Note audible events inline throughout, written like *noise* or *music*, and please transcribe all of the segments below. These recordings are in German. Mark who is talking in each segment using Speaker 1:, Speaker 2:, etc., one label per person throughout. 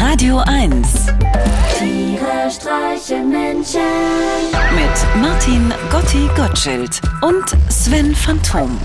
Speaker 1: Radio 1
Speaker 2: Tiere streichen Menschen.
Speaker 1: mit Martin Gotti Gottschild und Sven Phantom.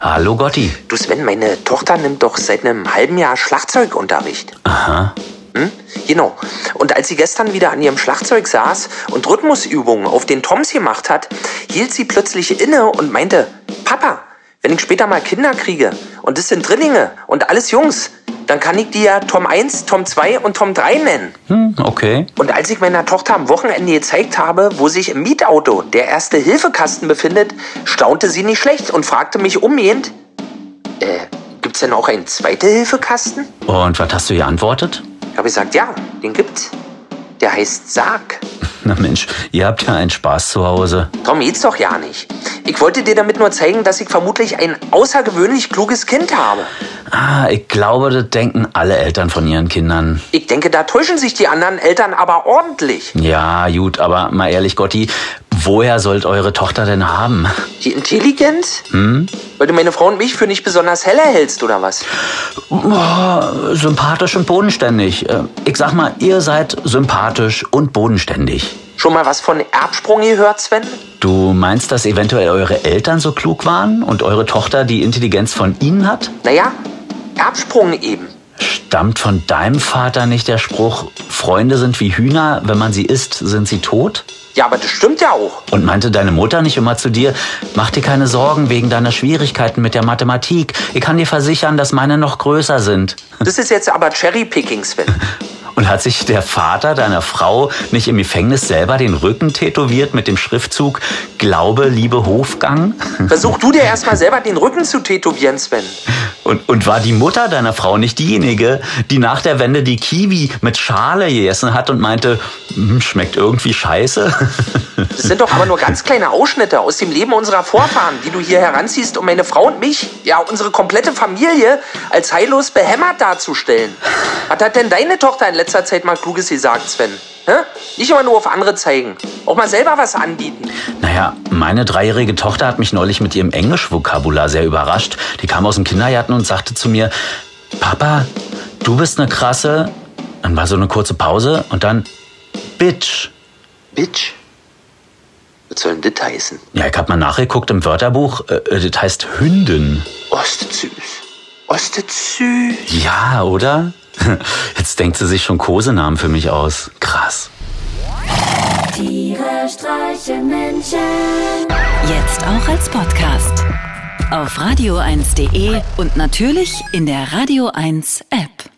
Speaker 3: Hallo Gotti.
Speaker 4: Du Sven, meine Tochter nimmt doch seit einem halben Jahr Schlagzeugunterricht.
Speaker 3: Aha.
Speaker 4: Hm? Genau. Und als sie gestern wieder an ihrem Schlagzeug saß und Rhythmusübungen auf den Toms gemacht hat, hielt sie plötzlich inne und meinte, Papa, wenn ich später mal Kinder kriege und das sind Drillinge und alles Jungs, dann kann ich die ja Tom 1, Tom 2 und Tom 3 nennen.
Speaker 3: Hm, okay.
Speaker 4: Und als ich meiner Tochter am Wochenende gezeigt habe, wo sich im Mietauto der erste Hilfekasten befindet, staunte sie nicht schlecht und fragte mich umgehend, äh, gibt's denn auch einen zweiten Hilfekasten?
Speaker 3: Und was hast du geantwortet?
Speaker 4: Ich habe gesagt, ja, den gibt's. Der heißt Sarg.
Speaker 3: Na Mensch, ihr habt ja einen Spaß zu Hause.
Speaker 4: Darum geht's doch ja nicht. Ich wollte dir damit nur zeigen, dass ich vermutlich ein außergewöhnlich kluges Kind habe.
Speaker 3: Ah, ich glaube, das denken alle Eltern von ihren Kindern.
Speaker 4: Ich denke, da täuschen sich die anderen Eltern aber ordentlich.
Speaker 3: Ja, gut, aber mal ehrlich, Gotti, woher sollt eure Tochter denn haben?
Speaker 4: Die Intelligenz? Hm? Weil du meine Frau und mich für nicht besonders heller hältst, oder was?
Speaker 3: Oh, sympathisch und bodenständig. Äh, Ich sag mal, ihr seid sympathisch und bodenständig.
Speaker 4: Schon mal was von Erbsprung gehört, Sven?
Speaker 3: Du meinst, dass eventuell eure Eltern so klug waren und eure Tochter die Intelligenz von ihnen hat?
Speaker 4: Naja, Erbsprung eben.
Speaker 3: Stammt von deinem Vater nicht der Spruch, Freunde sind wie Hühner, wenn man sie isst, sind sie tot?
Speaker 4: Ja, aber das stimmt ja auch.
Speaker 3: Und meinte deine Mutter nicht immer zu dir, mach dir keine Sorgen wegen deiner Schwierigkeiten mit der Mathematik. Ich kann dir versichern, dass meine noch größer sind.
Speaker 4: Das ist jetzt aber Cherry-Picking, Sven.
Speaker 3: Und hat sich der Vater deiner Frau nicht im Gefängnis selber den Rücken tätowiert mit dem Schriftzug Glaube, Liebe, Hofgang?
Speaker 4: Versuch du dir erstmal selber den Rücken zu tätowieren, Sven.
Speaker 3: Und, und war die Mutter deiner Frau nicht diejenige, die nach der Wende die Kiwi mit Schale gegessen hat und meinte, "Hm, schmeckt irgendwie scheiße?
Speaker 4: Das sind doch aber nur ganz kleine Ausschnitte aus dem Leben unserer Vorfahren, die du hier heranziehst, um meine Frau und mich, ja unsere komplette Familie, als heillos behämmert darzustellen. Was hat denn deine Tochter in letzter Zeit mal Kluges gesagt, Sven? Hä? Nicht immer nur auf andere zeigen. Auch mal selber was anbieten.
Speaker 3: Naja, meine dreijährige Tochter hat mich neulich mit ihrem Englischvokabular sehr überrascht. Die kam aus dem Kindergarten und sagte zu mir, Papa, du bist eine krasse. Dann war so eine kurze Pause und dann, Bitch.
Speaker 4: Bitch. Was soll denn das heißen?
Speaker 3: Ja, ich hab mal nachgeguckt im Wörterbuch, äh, äh, das heißt Hündin.
Speaker 4: Ostet süß. Ostet süß.
Speaker 3: Ja, oder? *laughs* Jetzt denkt sie sich schon Kosenamen für mich aus. Krass.
Speaker 2: Tiere streichen Menschen.
Speaker 1: Jetzt auch als Podcast. Auf radio1.de und natürlich in der Radio 1 App.